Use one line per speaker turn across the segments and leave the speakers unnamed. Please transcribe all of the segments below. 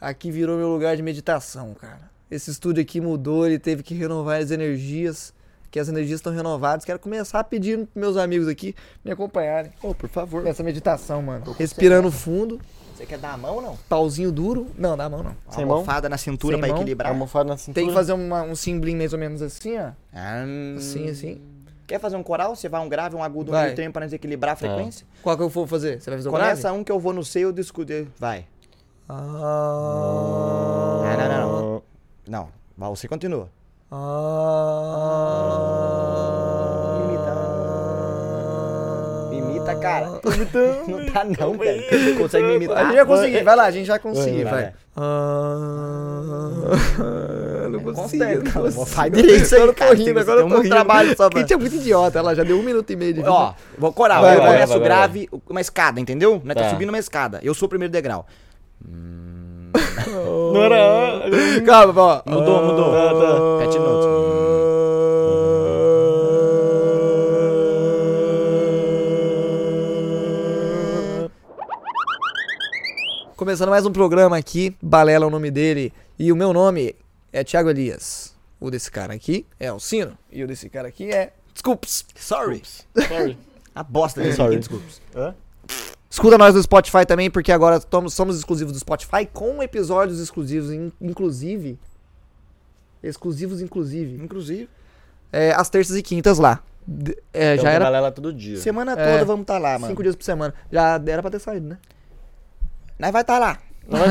Aqui virou meu lugar de meditação, cara. Esse estúdio aqui mudou, ele teve que renovar as energias, que as energias estão renovadas. Quero começar pedindo pros meus amigos aqui me acompanharem
Ô, por favor.
nessa meditação, mano. Respirando fundo,
Você quer dar a mão ou não?
pauzinho duro. Não, dá a mão não.
Uma
Sem mão?
almofada na cintura
Sem
pra
mão?
equilibrar.
Almofada na cintura.
Tem que fazer uma- um cimblim mais ou menos assim, ó.
Ah, hum.
Assim, assim.
Quer fazer um coral? Você vai um grave, um agudo, um
Vai.
meio termo pra nós equilibrar a frequência?
Qual que eu vou fazer? Você vai fazer o
Começa
grave?
um que eu vou no seio eu discuto. Vai.
Ah,
Não, não, não, não. Não. Mas Você continua.
ah.
Imita. Imita, cara. Não tá não, velho. Você consegue me
A
imitar?
gente vai conseguir, vai lá, a gente vai conseguir,
Vai,
vai.
vai.
Ah, não consigo.
consegue,
não
cara.
consigo.
Faz direito isso aí,
Agora eu
cara.
tô
Tem
rindo,
que
agora
ter
eu
um
tô rindo.
trabalho só pra-
Gente, é muito idiota, ela já deu um minuto e meio de vida.
Ó, vou coral.
Vai,
eu
vai,
começo
vai, vai,
grave, uma escada, entendeu? Nós tá.
Tá.
subindo uma escada. Eu sou o primeiro degrau.
Não era.
Calma, ó.
Mudou, mudou. Ah,
Pet notes.
Começando mais um programa aqui, Balela é o nome dele. E o meu nome é Thiago Elias. O desse cara aqui é Alcino. E o desse cara aqui é. Desculpas.
Sorry.
tá. Sorry.
A bosta desse
Sorry.
aqui, desculpa.
Hã?
Escuta nós no Spotify também, porque agora tomos- somos exclusivos do Spotify com episódios exclusivos, in- inclusive. Exclusivos, inclusive.
Inclusive,
É, às terças e quintas lá. D- é,
Então,
já era
Balela todo dia.
semana
É.
toda vamos tá lá, mano.
cinco dias por semana. Já era pra ter saído, né?
Nós vai tá lá.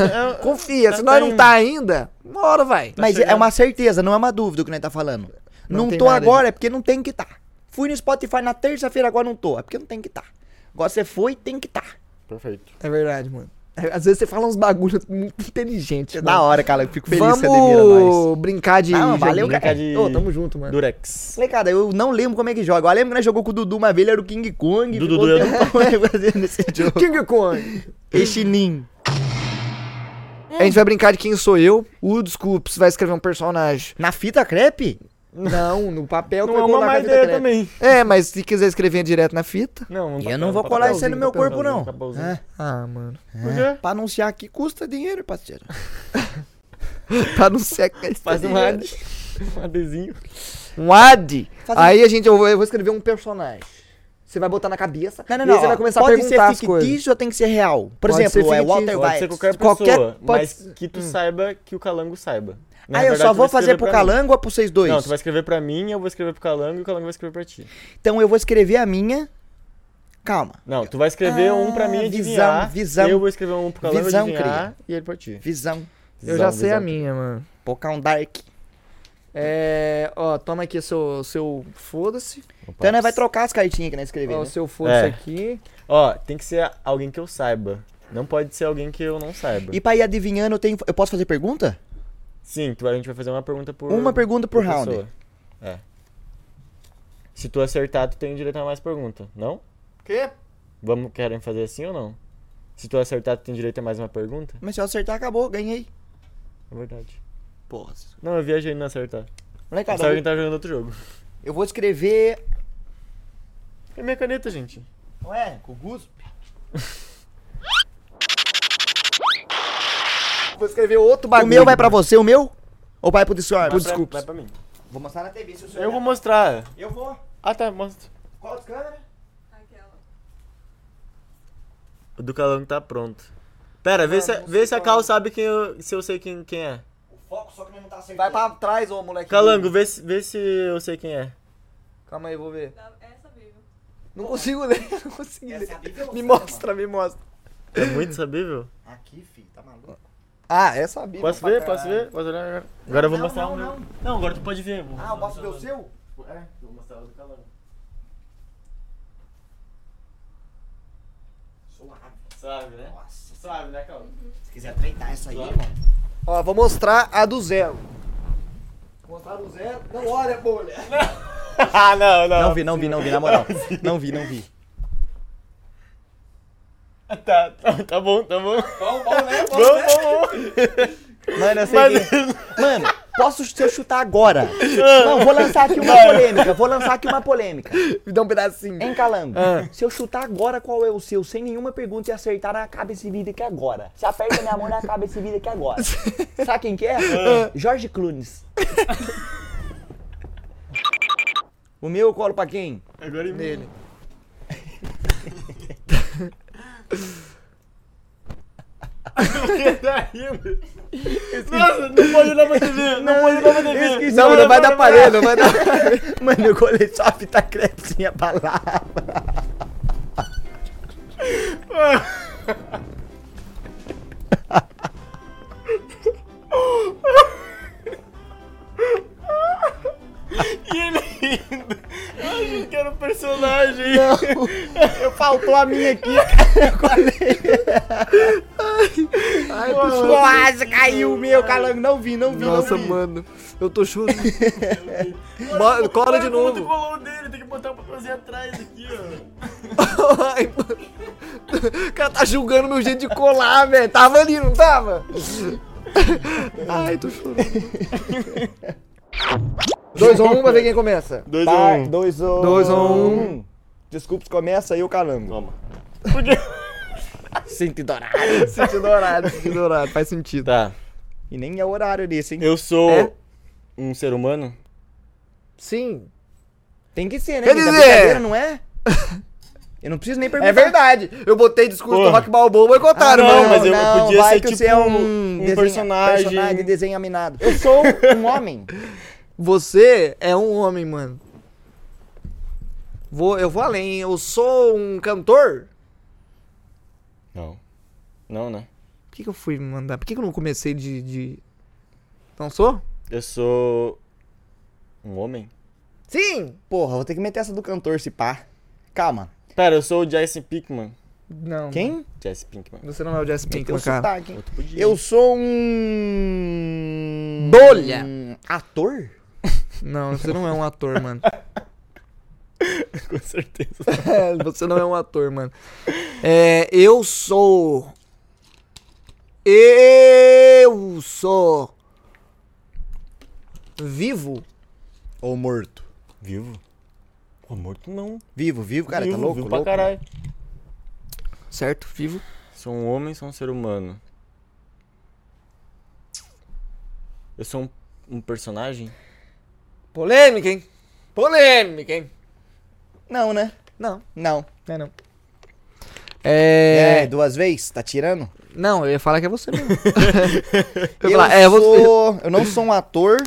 Confia,
Tá
se nós não
saindo.
tá ainda, uma hora vai.
Mas é
chegando.
uma certeza, não é uma dúvida o que nós tá falando.
Não
Não,
tem
tô
nada,
agora, é porque não tem que tá. Fui no Spotify na terça-feira, agora não tô. É porque não tem que tá. Agora você foi, tem que tá.
Perfeito.
É verdade, mano. É, Às vezes você fala uns bagulhos muito inteligentes.
É
mano.
da hora, cara. Eu fico feliz
Vamos
que você admira nós.
brincar de.
Não, valeu,
joguinho.
cara. de-
Ô, tamo junto, mano.
Durex.
Falei, cara, eu não lembro como é que joga. Eu lembro que nós jogou com o Dudu uma vez, ele era o King Kong.
Dudu
ficou
doido.
um tempão fazendo esse jogo.
King Kong.
Echinim.
É.
A gente vai brincar de quem sou eu. O Desculpas vai escrever um personagem.
Na fita crepe?
Não, no papel
Não
que
é
eu
uma
colocar
má
na fita
ideia
crepe.
também.
É, mas se quiser escrever direto na fita.
Não,
Eu não vou colar isso aí no meu corpo, não.
papelzinho.
É,
Ah, mano.
Por quê?
pra anunciar que custa dinheiro, parceiro.
Pra não ser que é
Faz um
estranho.
ad. Um adzinho.
Um ad.
Faz um-
Aí a gente, eu vou, eu vou escrever um personagem. Você vai botar na cabeça.
Não, não,
E
não.
aí você
ó,
vai começar a
pode ser
perguntar as coisas.
fictício ou tem que ser real? Por
Pode
exemplo,
ser
é Walter
fictício.
Pode
White.
ser qualquer pessoa,
Qualquer- pode
mas
ser-
que tu saiba que o Calango saiba. Na
Hum. Ah, eu
verdade,
só
tu vai
vou fazer
escrever
pro
pra mim.
Calango ou pro vocês dois?
Não, tu vai escrever pra mim, eu vou escrever pro Calango e o Calango vai escrever pra ti.
Então eu vou escrever a minha. Calma.
Não, tu vai escrever
Ah,
um pra mim
visão,
adivinhar,
visão.
eu vou escrever um pro Calango
Visão,
adivinhar e ele pra ti.
Visão.
Eu já sei a minha, mano.
Pocar um dark.
É. Ó, toma aqui seu, seu foda-se.
Então nós vai trocar as cartinhas que nós
Ó, o
escrevemos. né?
seu foda-se
É.
aqui.
Ó, tem que ser alguém que eu saiba. Não pode ser alguém que eu não saiba.
E pra ir adivinhando, eu, tenho... eu posso fazer pergunta?
Sim, tu, a gente vai fazer uma pergunta por.
Uma pergunta por round.
pessoa. É. Se tu acertar, tu tem direito a mais pergunta, não?
Quê?
Vamos, querem fazer assim ou não? Se tu acertar, tu tem direito a mais uma pergunta?
Mas se eu acertar, acabou, ganhei.
É verdade.
Porra.
Não, eu viajei não acertar.
Moleque,
Cara,
cara,
Só
eu
quem tá jogando outro jogo.
vou- eu vou escrever.
É minha caneta, gente.
Não é? Com guspe?
Vou escrever outro bagulho.
O meu vai pra você, o meu? Ou vai pro Discord?
Vai pra- Vai pra mim.
Vou mostrar na TV se o senhor.
Eu vou mostrar.
Eu vou.
Ah, tá, mostra.
Qual as câmeras?
O do Calango tá pronto. Pera, vê se, vê se a Cal sabe quem eu, se eu sei quem, quem é.
O foco só que não tá
Vai
acertando.
pra trás, ô moleque.
Calango, vê se, vê se eu sei quem é.
Calma aí, vou ver.
Essa mesmo.
Não consigo ler, não consigo ler.
Essa Bíblia é você,
Me mostra, me mostra.
É muito sabível?
Aqui, filho, tá maluco?
Ah, essa Bíblia.
Posso
pra
ver?
caralho.
Posso ver? Posso olhar agora? Agora eu vou
não,
mostrar
não,
o meu.
não.
Não, agora tu pode ver.
Ah, eu posso ver o seu?
É, vou mostrar o do Calango.
Suave.
Sabe, né?
Nossa.
Sabe, né, Calango?
Se quiser treinar essa aí,
Suave.
irmão.
Ó, vou mostrar a do zero. Vou mostrar a do zero. Não olha, bolha.
ah, não, não.
Não vi, não vi, não vi, na moral. Não vi, não vi.
Tá, tá, tá bom, tá bom.
Bom, bom, né?
Bom, bom, bom.
Mano, eu sei
Mas-
quem. Mano, Posso se eu chutar agora? Ah. Não, vou lançar aqui uma polêmica. Vou lançar aqui uma polêmica.
Me dá um pedacinho.
Hein, Calango? Se eu chutar agora qual é o seu, sem nenhuma pergunta e acertar, acaba esse vídeo aqui agora. Se aperta minha mão, acaba esse vídeo aqui agora. Sabe quem que é? Jorge Clunes. o meu eu colo pra quem?
Agora em
Nele.
tá rindo. Nossa, não pode olhar pra TV. Não pode olhar pra TV.
Não, não vai dar parede, não vai dar.
Mano, eu colei é só a fita crepe sem a palavra.
E ele rindo. Eu achei que era um personagem.
Eu faltou a minha aqui.
Ai, tô chorando.
Quase caiu o meu, Calango. Não vi, não vi,
Nossa,
não vi.
mano. Eu tô chorando. Bora, cola de
Como Tu
novo.
colou o dele, tem que botar pra fazer atrás aqui, ó.
Ai, mano. O cara tá julgando meu jeito de colar, velho. Tava ali, não tava? Ai, tô chorando. 2 ou 1 um, pra ver quem começa.
2
Par, dois ou
Dois a um.
Desculpa, começa aí o Calango.
Toma.
Sentido horário.
Sentido horário, sentido horário. Faz sentido.
Tá.
E nem é horário desse, hein?
Eu sou
É?
um ser humano?
Sim.
Tem que ser, né?
Quer
gente? É
dizer-
brincadeira, não é? Eu não preciso nem perguntar.
É verdade. Eu botei discurso do
Porra.
Rock Balboa e
Ah,
boicotaram.
não, mas
mano.
eu podia
vai
ser
que
tipo
você é um,
um
desenha-
personagem.
personagem desenho aminado. Eu sou um homem.
Você é um homem, mano. Vou, eu vou além. hein? Eu sou um cantor?
Não. Não, né?
Por que, que eu fui me mandar? Por que, que eu não comecei de, de. Não sou?
Eu sou um homem?
Sim!
Porra, vou ter que meter essa do cantor, se pá. Calma.
Pera, eu sou o Jason Pinkman.
Não.
Quem?
Jesse Pinkman.
Você não é o Jess
Meteu
Pinkman,
o
cara.
sotaque, hein?
Outro podia.
Eu sou um...
Bolha.
um ator?
Não, você não é um ator, mano.
com certeza.
É, você não é um ator, mano. É, eu sou. Eu sou. Vivo?
Ou morto?
Vivo? Pô, morto não.
Vivo, vivo, cara,
vivo,
tá louco?
Vivo
louco
pra caralho.
Certo, vivo.
Sou um homem, sou um ser humano. Eu sou um, um personagem?
Polêmica, hein? Polêmica, hein?
Não, né?
Não,
Não.
não é não.
É,
É.
duas vezes? Tá tirando?
Não, eu ia falar que é você mesmo. eu
Eu,
ia falar, é você.
sou... eu não sou um ator.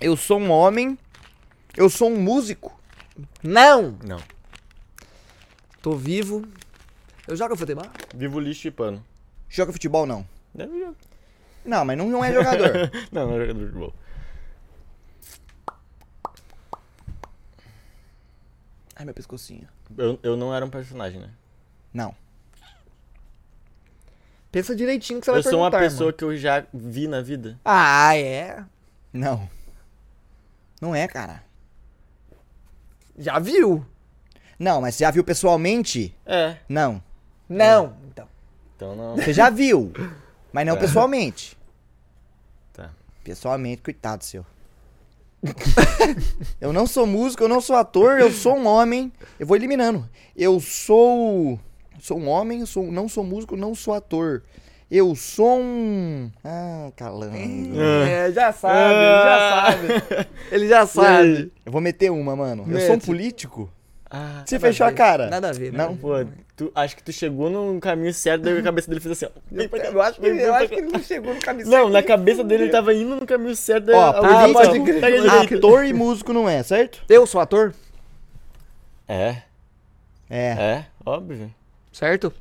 Eu sou um homem. Eu sou um músico.
Não!
Não.
Tô vivo. Eu jogo futebol?
Vivo lixo e pano.
Joga futebol, não.
Deve jogar.
Não, mas não, não é jogador.
Não, não é jogador de futebol.
Ai, meu pescocinho.
Eu, eu não era um personagem, né?
Não.
Pensa direitinho que você Então vai
Eu sou uma
perguntar,
pessoa
irmão.
que eu já vi na vida.
Ah, é?
Não. Não é, cara.
Já viu?
Não, mas você já viu pessoalmente?
É.
Não.
Não. Então.
Então não.
Você já viu, mas não
Tá.
pessoalmente.
Tá.
Pessoalmente, coitado seu. eu não sou músico, eu não sou ator, eu sou um homem. Eu vou eliminando. Eu sou. Sou um homem, eu sou, não sou músico, não sou ator. Eu sou um. Ah, calando.
É, já sabe, ele já sabe. Ele já
E
sabe.
aí?
Eu vou meter uma, mano. Eu
Mete.
sou um político?
Ah,
Você fechou a
ver.
cara?
Nada a ver, né?
Não?
pô, tu, acho que tu chegou num caminho certo, daí a cabeça dele fez assim, ó. Vem pra cá,
Eu acho que,
vem
eu
pra
acho
cá.
que ele não chegou no cabeça.
Não, na cabeça dele ele tava indo no caminho certo. daí
Ó,
alguém
ah,
disse,
pode
ó, tá,
crer.
pega direito.
Ator e músico não é, certo?
Eu sou ator,
É,
É.
é, óbvio.
certo?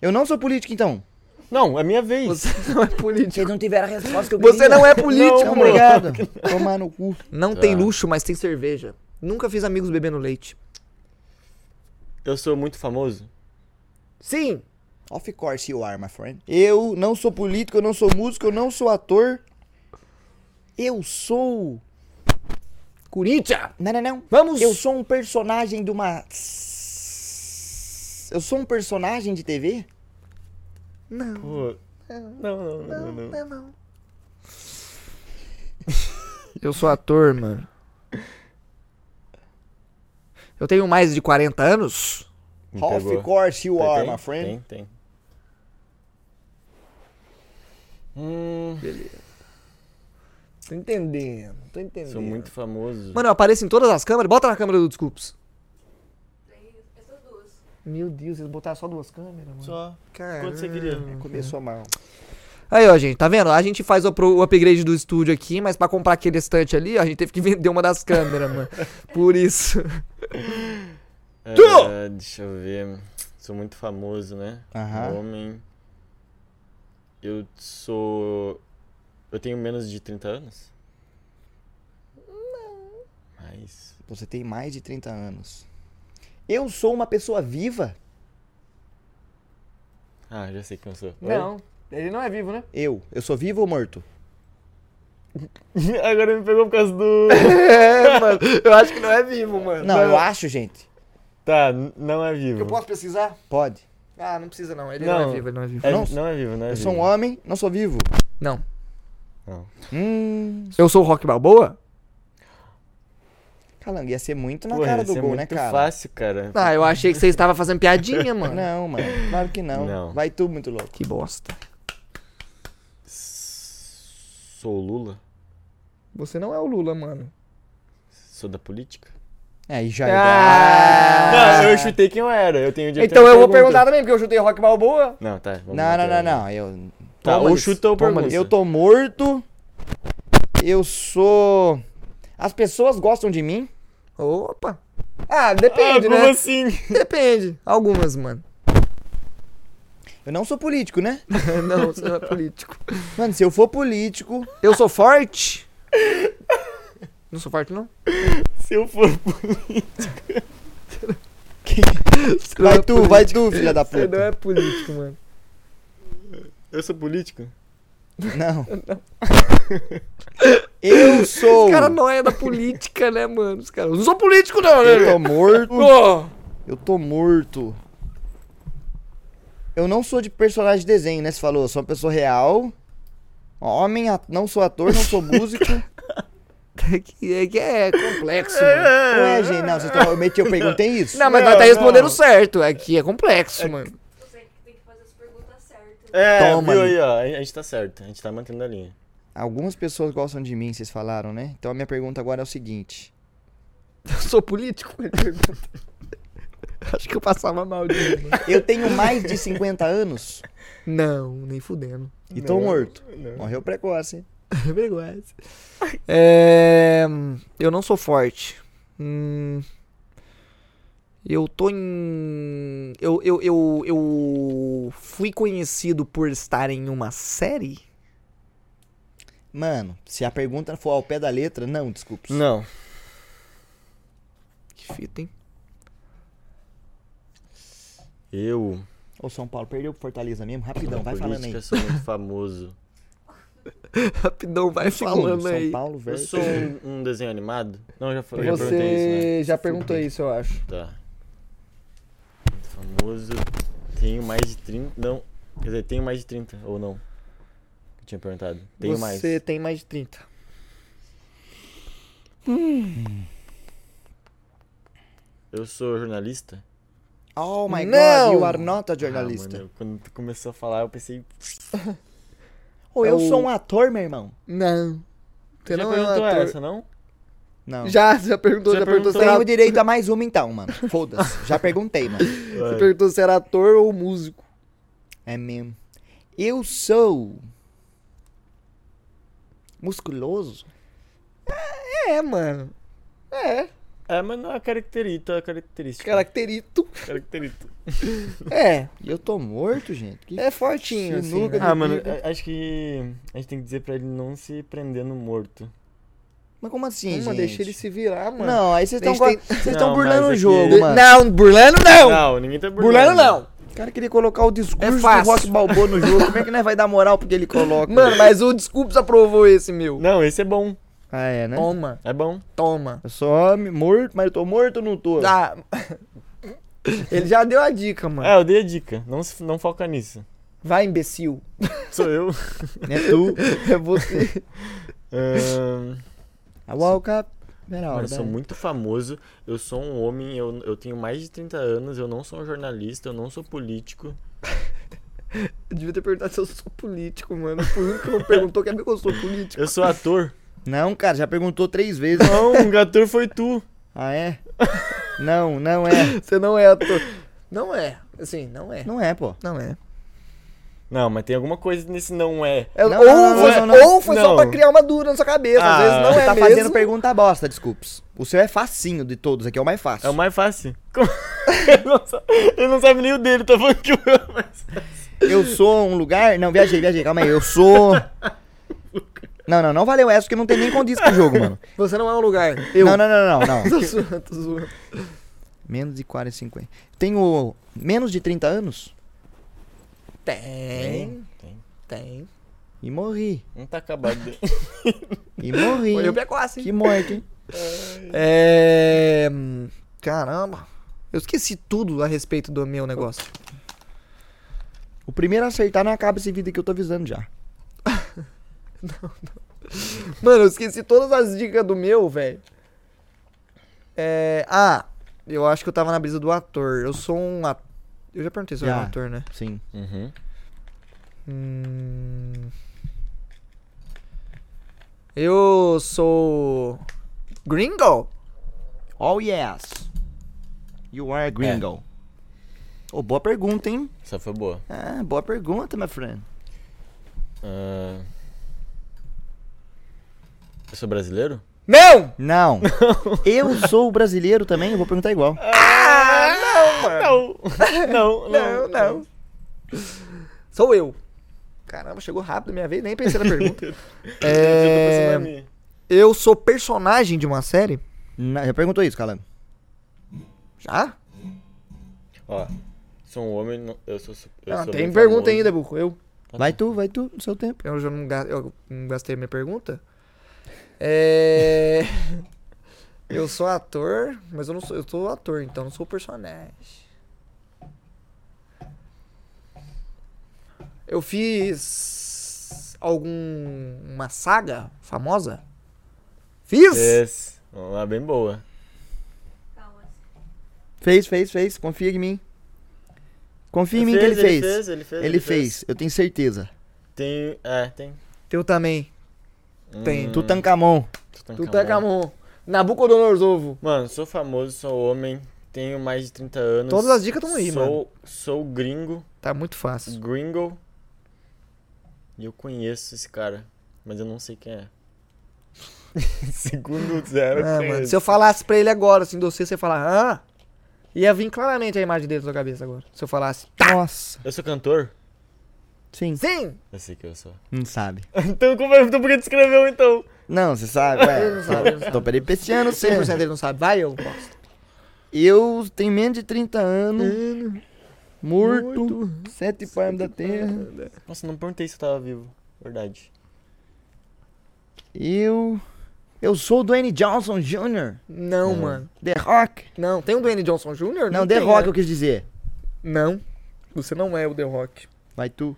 Eu não sou político, então.
Não, é minha vez.
Você não é político.
Vocês não tiveram a resposta que eu
Você não é político,
Não,
mano.
obrigado. Tomar no cu.
Não tem luxo, mas tem cerveja. Nunca fiz amigos bebendo leite.
Eu sou muito famoso.
Sim.
Of course you are, my friend. Eu não sou político, eu não sou músico, eu não sou ator. Eu sou.
Corinthians.
Não, não, não.
Vamos.
Eu sou um personagem de uma. Eu sou um personagem de TV?
Pô, não, não, não, não. não.
Não, não. Eu sou ator, mano. Eu tenho mais de 40 anos?
Me
Half
pegou.
course you
Tem,
are,
tem?
my friend.
Tem, tem. Hum,
Tô entendendo, tô entendendo.
sou muito famoso.
Mano, eu apareço em todas as câmeras. Bota na câmera do Desculpas. Meu Deus, eles botaram só duas câmeras, mano.
Só.
Caramba.
Quanto você queria?
É, Começou mal.
Aí, ó, gente, tá vendo? A gente faz o, upro- o upgrade do estúdio aqui, mas pra comprar aquele estante ali, ó, a gente teve que vender uma das câmeras, mano. Por isso.
É, deixa eu ver. Sou muito famoso, né?
Aham.
Homem. Eu sou. Eu tenho menos de 30 anos? Não. Mas.
Você tem mais de 30 anos. Eu sou uma pessoa viva?
Ah, já sei quem eu sou. Oi?
Ele não é vivo, né?
Eu. Eu sou vivo ou morto?
Agora me pegou por causa do.
É, mano. Eu acho que não é vivo, mano.
Não, eu acho, gente.
tá, n- não é vivo.
pesquisar?
Pode.
Ah, não precisa não. Ele
Não.
não é vivo, ele não é vivo.
É,
Não.
não é vivo, não é
Eu
vivo.
sou um homem, não sou vivo.
Não.
Não.
Hum.
Eu sou o Rock Balboa?
Calango, ia ser muito na
Porra,
cara do
isso é
gol,
muito
né, cara?
fácil, cara.
Ah, eu achei que você estava fazendo piadinha, mano.
Não, mano. Claro que não.
Não.
Vai tu muito louco.
Que bosta.
Sou o Lula?
Você não é o Lula, mano.
Sou da política?
É,
Aí
Ah!
já
Não, eu chutei quem eu era. Eu tenho de
Então eu vou perguntar também, porque eu chutei Rock Balboa.
Não, tá. vamos
Não, não,
lá,
não, não. Eu,
Tá,
Toma
ou
Alice,
chuta ou
toma
pergunta.
Alice.
eu tô morto. Eu sou. As pessoas gostam de mim.
Opa. Ah, depende,
ah,
né?
como assim?
Depende. Algumas, mano.
Eu não sou político, né?
não, você não é político.
Mano, se eu for político.
Eu sou forte? Não sou forte, não?
Se eu for
Você não
Vai
é
tu,
político.
vai tu, filha da
Você não
puta.
é político, mano.
Eu sou político?
Não. Eu sou.
Os caras não é da política, né, mano? Os caras. Eu não sou político, não,
é
Eu
né?
tô morto.
Ô,
Eu tô morto. Eu não sou de personagem de desenho, né? Você falou, eu sou uma pessoa real. Homem, a- não sou ator, não sou músico.
é que é, que é complexo, mano.
Ah,
Ué, gente, não, vocês estão. Eu meti, eu perguntei isso.
Não, mas
Não,
nós tá
não.
respondendo certo. É que é complexo, mano.
Você que tem que fazer as perguntas certas.
É,
Toma
viu
ali.
aí, ó. A gente tá certo. A gente tá mantendo a linha.
Algumas pessoas gostam de mim, vocês falaram, né? Então a minha pergunta agora é o seguinte:
Eu sou político? Ele pergunta. Acho que eu passava mal de rir, mano.
Eu tenho mais de 50 anos
Não, nem fudendo.
e tô
Não,
morto.
não.
Morreu precoce, hein?
É vergonha. É, eu não sou forte. Hum, eu tô em. Eu, eu, eu, eu fui conhecido por estar em uma série?
Mano, se a pergunta for ao pé da letra, não, desculpa.
Não.
Que fita, hein?
Eu.
Ô, São Paulo, perdeu pro Fortaleza mesmo? Rapidão,
na
vai falando aí.
política, sou muito famoso.
Rapidão, vai falando
Segundo, São
aí.
Paulo
Eu
versus.
sou um, um desenho animado? Não, já, falei, já perguntei isso, né?
Você já perguntou isso, eu acho.
Tá. Muito famoso. Tenho mais de 30. Não. Quer dizer, tenho mais de 30 ou não? Eu tinha perguntado. Tenho
Você
mais.
tem mais de 30.
Eu sou jornalista?
Oh my
Não!
god, you are not a
Ah,
jornalista.
mano, eu- quando tu começou a falar, eu pensei.
Ou eu
É o-
sou um ator, meu irmão.
Não. Você
já
não é um
perguntou
ator.
essa, não?
Não.
Já, já perguntou,
Já
já, perguntou, se é-
perguntou?
era,
Tenho direito a mais uma então, mano. Foda-se. Já perguntei, mano.
É.
você perguntou se era ator ou músico.
É mesmo. Eu sou. Musculoso?
É, mano. É,
É, mas não é caracterita, é característica.
caracterito.
Caracterita.
É,
E eu tô morto, gente? Que...
é fortinho, assim,
Sinuca
né?
Ah, mano, a- acho que a gente tem que dizer pra ele não se prender no morto.
Mas como assim,
Mano,
gente?
deixa ele se virar, mano.
Não, aí vocês
Deixa
estão go...
ele-
vocês estão
Não,
burlando
mas
o
é que-
jogo,
De-
mano.
Não, burlando não!
ninguém tá burlando.
Burlando não!
O cara queria colocar o discurso do
fácil.
Rock Balboa no jogo. Como é que nós vai dar moral porque ele coloca?
Mano, mas o Desculpas aprovou esse meu.
Não, esse é bom.
Ah, é, né?
Toma,
É bom.
toma.
Eu sou homem, morto, mas eu tô morto ou não tô?
Ah, ele já deu a dica, mano.
É, eu dei a dica. Não, se- não foca nisso.
Vai, imbecil.
Sou eu.
É Né? tu.
É você.
Ahn,
I woke up. Been all
Mano, eu sou
day.
muito famoso, eu sou um homem, eu, eu tenho mais de 30 anos, eu não sou um jornalista, eu não sou político.
Eu devia ter perguntado se eu sou político, mano. Por isso que não perguntou quer ver que eu sou político.
Eu sou ator.
Não, cara, já perguntou três vezes.
Não, o ator foi tu.
Ah, é? Não, não é.
Você não é ator. Não é. Assim, não é.
Não é, pô.
Não é.
Não, mas tem alguma coisa nesse não é.
É-
Não,
ou,
não, não,
foi,
não, não.
ou foi só
Não.
pra criar uma dúvida na sua cabeça. Às
Ah,
vezes não
Você
é
tá
mesmo.
fazendo pergunta bosta, desculpes. O seu é facinho de todos aqui, é o mais fácil.
É o mais fácil. Como- Ele não sa- Ele não sabe nem o dele, tá falando que o meu é mais
Eu sou um lugar. Não, viajei, viajei, calma aí. Eu sou. Não, não, não valeu essa porque não tem nem condiz com o jogo, mano.
Você não é um lugar. Eu.
Não, não, não, não, não.
Tô zoando, tô zoando.
Menos de 40, 50. Tenho menos de 30 anos
Tem.
Tem.
Tem.
e morri.
Não tá acabado.
E morri.
Olhou precoce, hein?
Que morte, hein?
É. hum, Caramba. Eu esqueci tudo a respeito do meu negócio.
O primeiro a acertar não acaba esse vídeo que eu tô avisando já.
Mano, eu esqueci todas as dicas do meu, velho. É. Ah, eu acho que eu tava na brisa do ator. Eu sou um ator. Eu já perguntei se eu era um
Já.
ator, né?
Sim.
Uhum.
Hum... Eu sou. Gringo?
Oh yes. You are a gringo. Oh, boa pergunta, hein?
Essa foi boa.
Ah, boa pergunta, my friend.
Ah, Eu sou brasileiro?
Não!
Não. eu sou brasileiro também, eu vou perguntar igual.
Não, não,
Não, não. Sou eu. Caramba, chegou rápido a minha vez, nem pensei na pergunta.
Eu tô pensando na
é...
minha.
Eu sou personagem de uma série?
Não, já perguntou isso, Calando.
Já?
Ó, sou um homem, não- eu sou. su- Eu
Não,
sou
tem
bem
pergunta
famoso.
ainda, burro. Eu,
Vai tu, vai tu, no seu tempo.
É eu já não, ga- eu não gastei minha pergunta. É... eu sou ator, mas eu não sou. Eu sou ator, então não sou personagem. Eu fiz alguma saga famosa? Fiz?
Yes. Uma bem boa.
Calma.
Fez, fez, fez. Confia em mim. Confia em mim que ele fez. Ele fez,
Ele fez.
eu tenho certeza.
Tem. É, tem.
Eu também. Tem.
Hum,
Tutankhamon.
Tu
Tutankhamon.
Tutankhamon. Nabucodonosovo.
Mano, sou famoso, sou homem, tenho mais de 30 anos.
Todas as dicas estão aí,
sou,
mano.
Sou gringo,
Tá muito fácil.
gringo. E eu conheço esse cara, mas eu não sei quem é. Segundo zero,
Ah,
eu
mano,
conheço.
se eu falasse pra ele agora, assim, de você, você ia falar, ah, ia vir claramente a imagem dele na sua cabeça agora. Se eu falasse,
Nossa.
Eu sou cantor?
Sim.
sim!
Eu sei que eu sou.
Não sabe.
então, como é? Então por que tu escreveu, então?
Não, você sabe, ué.
Ele não sabe, ele não
Tô peripeciando
100%
você.
dele não sabe, vai eu posso.
Eu tenho menos de 30
É,
anos, morto, sete palmos da terra.
Nossa, não perguntei se eu tava vivo. Verdade.
Eu... Eu sou o Dwayne Johnson Jr.
Não, mano.
The Rock.
Não, tem o Dwayne Johnson Jr.?
Não, The
tem,
Rock
né?
eu quis dizer.
Não, você não é o The Rock.
Vai tu.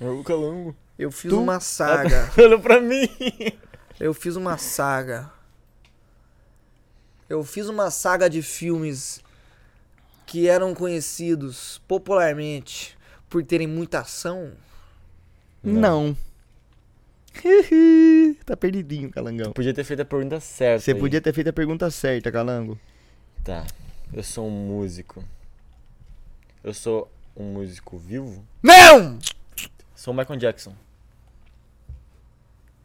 Eu É calango.
Eu fiz
Tu?
uma saga.
Olha pra mim.
Eu fiz uma saga. Eu fiz uma saga de filmes que eram conhecidos popularmente por terem muita ação.
Não. tá perdidinho, Calangão.
Podia ter feito a pergunta certa.
Você
aí.
podia ter feito a pergunta certa, Calango.
Tá. Eu sou um músico. Eu sou um músico vivo?
Não!
Sou o Michael Jackson.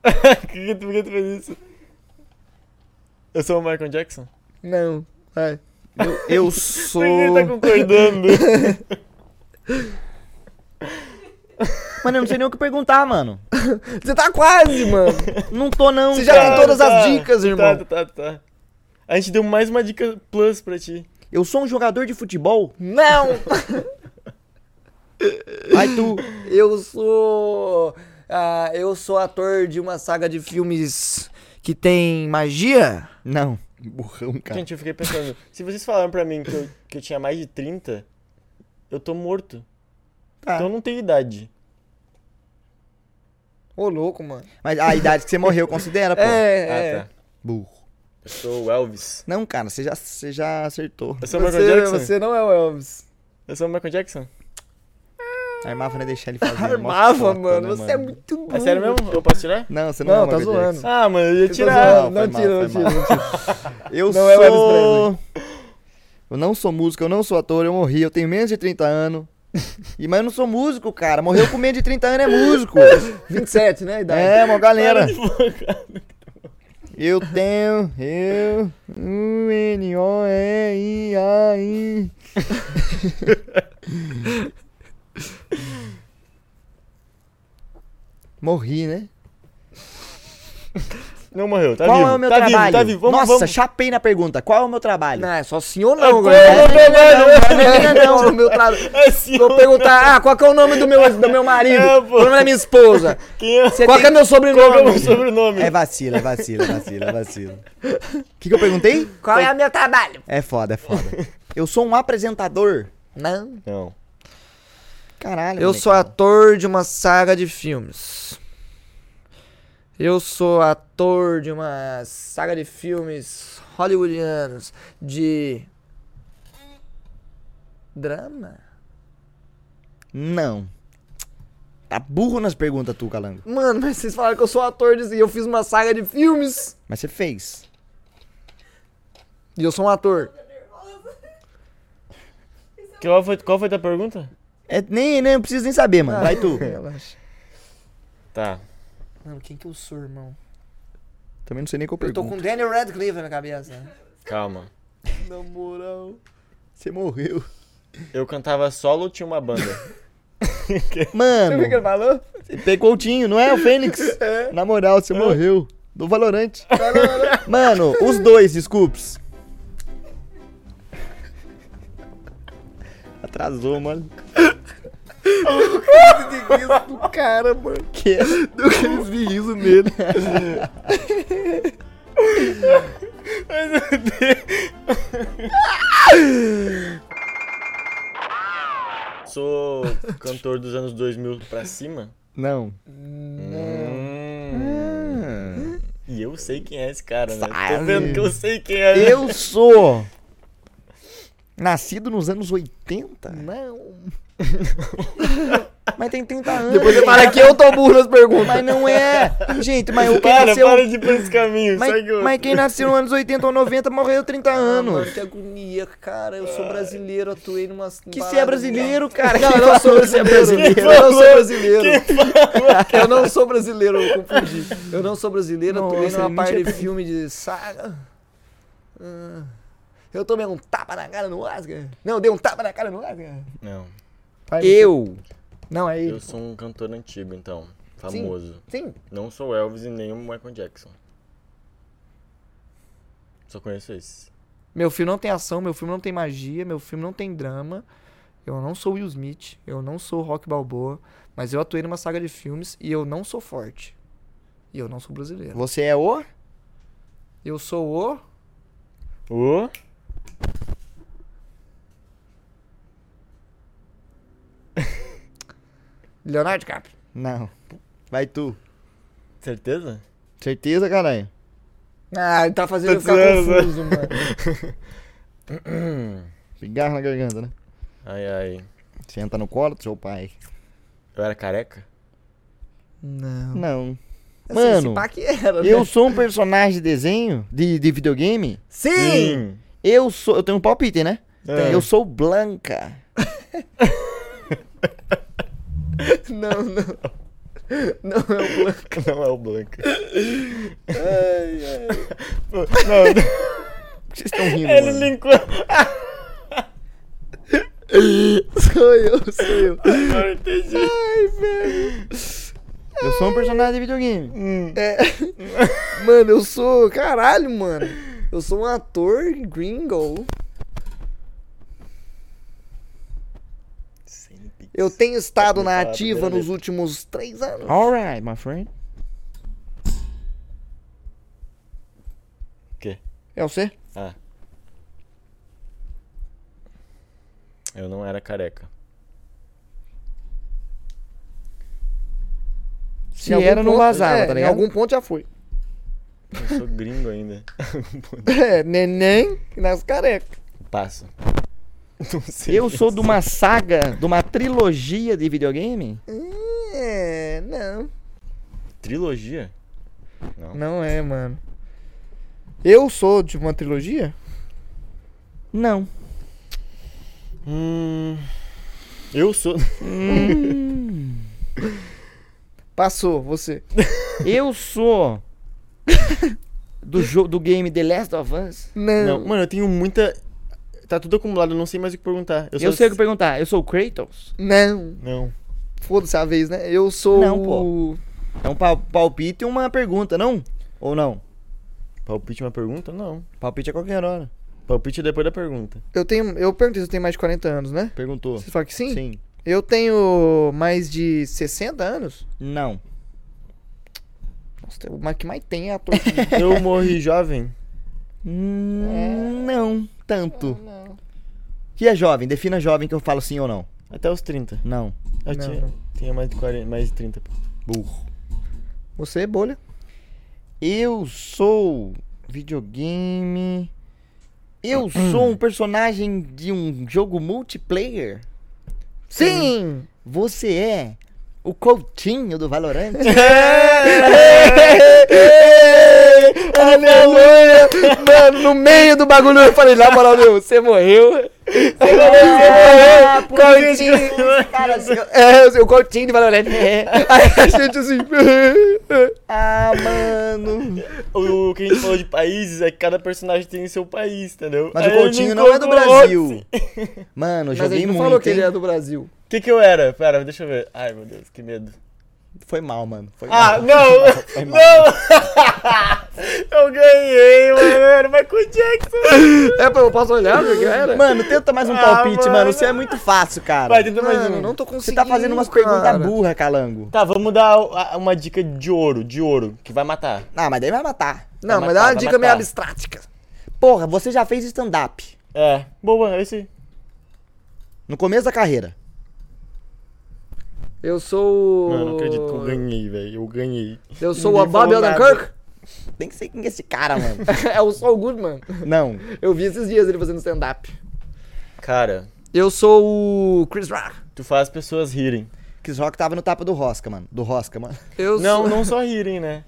Por que tu por que tu fez isso? Eu sou o Michael Jackson?
Não, vai.
Eu
Por
sou.
que ele tá concordando?
Mano, eu não sei nem o que perguntar, mano.
Você tá quase, mano.
Não tô, não.
Você já
cara.
tem todas as dicas, irmão.
Tá, tá, tá, tá. A gente deu mais uma dica plus pra ti.
Eu sou um jogador de futebol?
Não!
Vai tu.
Eu sou. ah, eu sou ator de uma saga de filmes que tem magia?
Não. Burrão, cara.
Gente, eu fiquei pensando. se vocês falaram pra mim que eu, que eu tinha mais de 30, eu tô morto.
Tá.
Então eu não tenho idade.
Ô, louco, mano.
Mas a idade que você morreu considera, pô.
É,
Ah,
é.
tá.
Burro.
Eu sou o Elvis.
Não, cara, você já, você já acertou.
Eu sou é o Michael
Você,
Jackson.
você não é o Elvis.
Eu sou o Michael Jackson.
Armava, né? Deixar ele fazer.
Armava,
Mó foda,
mano.
né,
você é muito bom.
É sério mesmo? Eu posso tirar?
Não, você não, é
Não,
o
tá
Michael
zoando.
Jackson.
Ah, mano, eu ia
Tá
tirar.
zoando. Não,
foi
tira,
mal,
não
foi
tira, não tira.
Eu
Não é o Elvis
sou... eu não sou músico, eu não sou ator, eu morri, eu tenho menos de 30 anos. E, mas eu não sou músico, cara. Morreu com menos de 30 anos é músico.
27, né? a Idade.
é, mó galera.
Para de focar.
Eu tenho. Eu. U, N, O, E, I, A, I. Morri, né?
Não morreu, tá
Qual
vivo.
é o meu
tá
trabalho?
vivo, tá vivo. Vamos,
Nossa,
vamos.
chapei na pergunta. Qual é o meu trabalho?
Não, é só sim ou
Agora
não,
eu
galera.
tô vendo.
Não, não, não, meu tra-
É sim
Vou
ou
perguntar, ah, qual que é o nome do meu, do meu marido?
É,
É,
pô.
o nome da minha esposa?
não. Quem é?
qual que é meu
Qual que é o meu
sobrenome?
sobrenome?
É vacilo, é vacilo, é vacilo, é vacilo. O que, que eu perguntei?
Qual é o meu trabalho?
É foda, é foda. Eu sou um apresentador.
Não.
Não.
Caralho.
Eu
moleque.
sou ator de uma saga de filmes. Eu sou ator de uma saga de filmes hollywoodianos de. Drama?
Não. Tá burro nas perguntas, tu, Calango.
Mano, mas vocês falaram que eu sou ator de. e eu fiz uma saga de filmes.
Mas você fez.
E eu sou um ator.
Tô nervosa.
Qual foi, qual foi a tua pergunta?
É, nem, nem, não preciso nem saber, mano. Ah, Vai tu.
Relaxa.
Tá.
Mano, quem que eu sou, irmão?
Também não sei nem qual
Eu tô
pergunta.
com Daniel Radcliffe na cabeça.
Calma.
Na moral.
Você morreu.
Eu cantava solo, tinha uma banda.
Você viu o que ele
Mano,
falou?
pegou o Tinho, não é o Fênix? Na moral, você morreu. Do Valorante. Mano, os dois, desculpes. Atrasou, mano.
do cara, mano.
Que
Eu quis riso nele.
Sou cantor dos anos 2000 pra cima.
Não.
Hum. E eu sei quem é esse cara, né? Tô
Sabe.
vendo que eu sei quem é. né?
Eu sou nascido nos anos 80?
Não.
Mas tem 30 anos.
Depois você fala que eu tô burro nas perguntas.
Mas não é. Gente, mas quem
Para,
nasceu...
para de ir por esse caminho.
Mas,
segue outro.
mas quem nasceu nos anos 80 ou 90 morreu 30 anos.
Mano, que agonia, cara. Eu sou brasileiro, atuei numa.
Que você é brasileiro, cara.
Não,
Quem
eu não sou
falou que você é
brasileiro.
brasileiro?
Eu não sou brasileiro. Eu não sou brasileiro, eu confundi. Eu não sou brasileiro, atuei
Nossa,
numa
ele
parte
nem tinha
de filme de saga. Ah, Eu tomei um tapa na cara no Oscar. Não, eu dei um tapa na cara no Oscar.
Não,
Vai,
Eu.
Não, é ele.
eu sou um cantor antigo, então. Famoso.
Sim.
Não sou Elvis e nem o Michael Jackson. Só conheço esse.
Meu filme não tem ação, meu filme não tem magia, meu filme não tem drama. Eu não sou Will Smith, eu não sou Rock Balboa, mas eu atuei numa saga de filmes e eu não sou forte. E eu não sou brasileiro.
Você é o?
Eu sou o.
O?
Leonardo DiCaprio.
Não. Vai tu.
Certeza?
Certeza, caralho?
Ah, ele tá fazendo
Tô
eu ficar
zoando, né?
confuso, mano.
Cigarro na garganta, né?
Ai, ai.
Senta no colo do seu pai.
Eu era careca?
Não.
Não.
Assim,
Mano,
esse pá que era,
eu
né?
sou um personagem de desenho, de, de videogame.
Sim!
Eu sou. Eu tenho um palpite, né?
É.
Eu sou Blanca.
Não, não. Não é o Blanco.
Não é o Blanco.
Ai, ai.
Por que vocês estão rindo?
Ele
mano?
linkou.
Sou eu, sou eu.
Agora eu entendi.
Ai, velho.
Eu sou um personagem de videogame.
É. Mano, eu sou. Caralho, mano. Eu sou um ator gringo. Eu tenho estado na ativa nos últimos três anos.
Alright, my friend.
É você?
Ah. Eu não era careca.
Se era, não vazava,
é,
tá
Em
ligado?
algum ponto já foi.
Eu sou gringo ainda.
É, neném nas carecas.
Passa. Não sei.
Eu sou de uma saga, de uma trilogia de videogame?
É, não.
Trilogia? Não.
Não é, mano. Eu sou de uma trilogia?
Não.
Hum. Eu sou.
Passou, você.
Eu sou do, jo- do game The Last of Us.
Não.
Não, mano, eu tenho muita. Tá tudo acumulado, eu não sei mais o que perguntar. Eu,
Eu,
sou...
sei o que perguntar. Eu sou o Kratos?
Não.
Não.
Foda-se a vez, né? Eu sou.
Não, pô.
o-
É um pal- palpite e uma pergunta, não? Ou não?
Palpite é uma pergunta? Não.
Palpite a qualquer hora.
Palpite é depois da pergunta.
Eu tenho. Eu perguntei se eu tenho mais de 40 anos, né?
Perguntou.
Você fala que sim?
Sim.
Eu tenho mais de 60 anos?
Não.
Nossa, o ma- que mais tem é ator.
Eu morri jovem.
Hum, Não tanto.
não.
Que é jovem? Defina jovem que eu falo sim ou não.
Até os 30.
Não.
Eu
Não,
tinha, tinha mais de 40, mais de 30. pô.
Burro.
Você é bolha?
Eu sou videogame. Eu
Hum.
sou um personagem de um jogo multiplayer.
Sim!
Você é o Coutinho do Valorant?
Aleluia! Mano, no meio do bagulho eu falei, na moral, meu, você morreu. Você morreu, você morreu. Coutinho.
Cara, assim, eu-
É, o seu Coutinho de Valorant. É. Aí a gente assim.
ah, mano.
O, o que a gente falou de países é que cada personagem tem seu país, entendeu?
Mas
Aí
o
eu
Coutinho não é do
encontro
Brasil.
outro.
Mano,
Mas ele
eu joguei
não
muito.
falou que ele
hein?
é do Brasil.
O que que eu era? Pera, deixa eu ver. Ai, meu Deus, que medo.
é-
Foi mal, mano. Foi
Ah,
mal.
não! não! eu ganhei, mano. Era Michael Jackson.
É, pô, eu posso olhar o que era?
Mano, tenta mais um
Ah,
palpite, mano.
mano.
Você é muito fácil, cara.
Vai, tenta mais
Mano,
um.
não tô conseguindo.
Você tá fazendo umas
cara.
perguntas burras, calango.
Tá, vamos dar a- a- uma dica de ouro, de ouro, que vai matar.
Ah, mas daí vai matar.
Não,
Vai
mas dá
matar,
uma
vai
dica meio
matar.
abstrática.
Porra, você já fez stand-up
É, boa, é esse aí.
no começo da carreira.
Eu sou.
Mano, não acredito que eu ganhei, velho. Eu ganhei.
Eu sou o
Ninguém
Bob
falou
Alden
nada.
Kirk.
Tem que ser quem é esse cara, mano.
é o Saul Goodman.
não.
Eu vi esses dias ele fazendo stand-up.
Cara,
Eu sou o Chris Rock.
tu faz pessoas rirem.
Chris Rock tava no tapa do Rosca, mano. Do Rosca, mano.
Eu
Não,
sou.
não só rirem, né?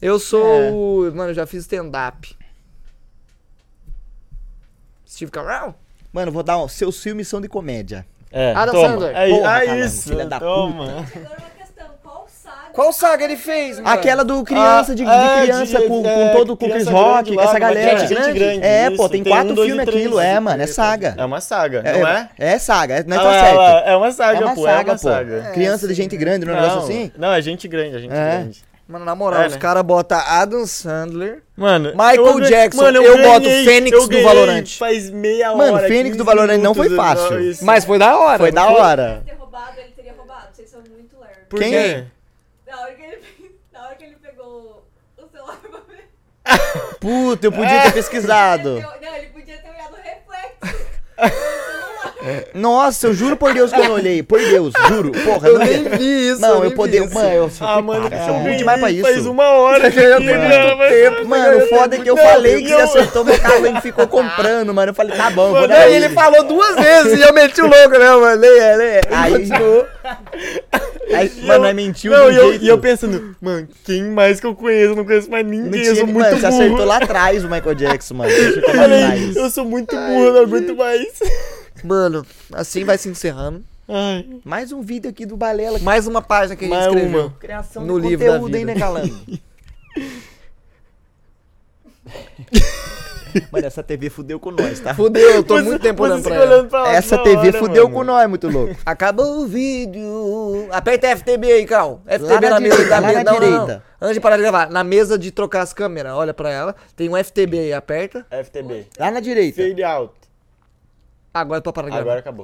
Eu sou. o. Mano, eu já fiz stand-up. Steve Carell?
Mano, vou dar um. Seus filmes são de comédia.
É,
Adam
toma.
Sandler.
É,
Ah, Porra,
ah,
Calango,
isso,
filha da
toma.
Agora é uma questão, qual saga?
Qual saga ele fez, mano?
Aquela do criança, de, de
Ah, é,
criança
de-
com,
é,
com todo com Chris
criança
Rock,
grande
com
lá,
essa
mas
galera.
gente grande,
é, pô,
isso,
tem,
tem
quatro
um, dois e
filmes
três.
aquilo. É, mano, é saga.
É uma saga, não é?
É saga, é- não é
Ah,
tão
é,
certo.
é uma saga,
é uma
pô.
saga,
é uma
pô.
saga.
Criança de gente grande, não é um negócio assim?
Não, é gente grande, é gente
É.
grande.
Mano, na moral,
É,
os
né?
caras botam Adam Sandler.
Mano,
Michael
eu ganhei-
Jackson, eu boto Fênix
eu
do
ganhei
Valorante.
Faz meia
Mano,
hora.
Fênix
15
do Valorante não foi
minutos,
fácil.
não, isso.
Mas foi da hora. né?
Foi da hora.
Se ter roubado, ele teria roubado. Vocês são muito lerdos.
Por
Quem?
quê?
Na hora que ele, na hora que ele pegou o celular pra ver.
Puta, eu podia
É.
ter pesquisado.
Ele podia ter- Não, ele podia ter olhado o reflexo.
Nossa, eu juro por Deus que eu não olhei. Por Deus, juro. Porra,
Eu
não
nem
olhei.
vi isso.
Não,
nem
eu
vi
poderia.
isso.
Mano, eu
Ah, mano,
cara,
eu
são
ganhei
bom demais pra
Faz
isso.
uma hora que
ganhou
eu
tempo.
ganhava.
Tempo.
Mano, o foda é que eu
Não,
falei que
eu-
você acertou meu carro e ficou comprando, mano. Eu falei, tá bom, eu vou
Mano,
Não,
dar
e ele
ele.
falou duas vezes e eu meti o louco, né, mano?
É,
Leia, leia.
Aí, aí,
E
mano,
eu-
é mentiu
Não,
do
e eu,
jeito.
e eu pensando, mano, quem mais que eu conheço? Eu não conheço mais ninguém,
Não tinha-
eu sou
mano,
muito
você
burro.
acertou lá atrás o Michael Jackson, mano. Você
eu
acertou lá
falei,
atrás.
eu sou muito burro, eu não aguento mais.
Mano, assim vai se encerrando.
Ai,
Mais um vídeo aqui do Balela.
Mais uma página que a gente
mais
escreveu.
uma.
Criação
No
de
livro da
conteúdo, hein,
vida.
né, Calango? mano, essa TV fudeu com nós, tá?
Fudeu, eu é, tô
Você-
muito tempo
você
olhando pra
fica
ela.
olhando pra lá
Essa
toda
TV
hora,
fudeu
mano.
com nós, muito louco.
Acabou o vídeo. Aperta FTB aí, Cal. FTB
Lá na
na, mesa.
direita,
da
lá
mesa-
na
não, não, não.
direita.
Antes de parar de gravar, na mesa de trocar as câmeras, olha pra ela. Tem um FTB aí, aperta.
FTB.
Lá na direita.
Fade out.
Agora é pra parar de gravar.
Agora acabou.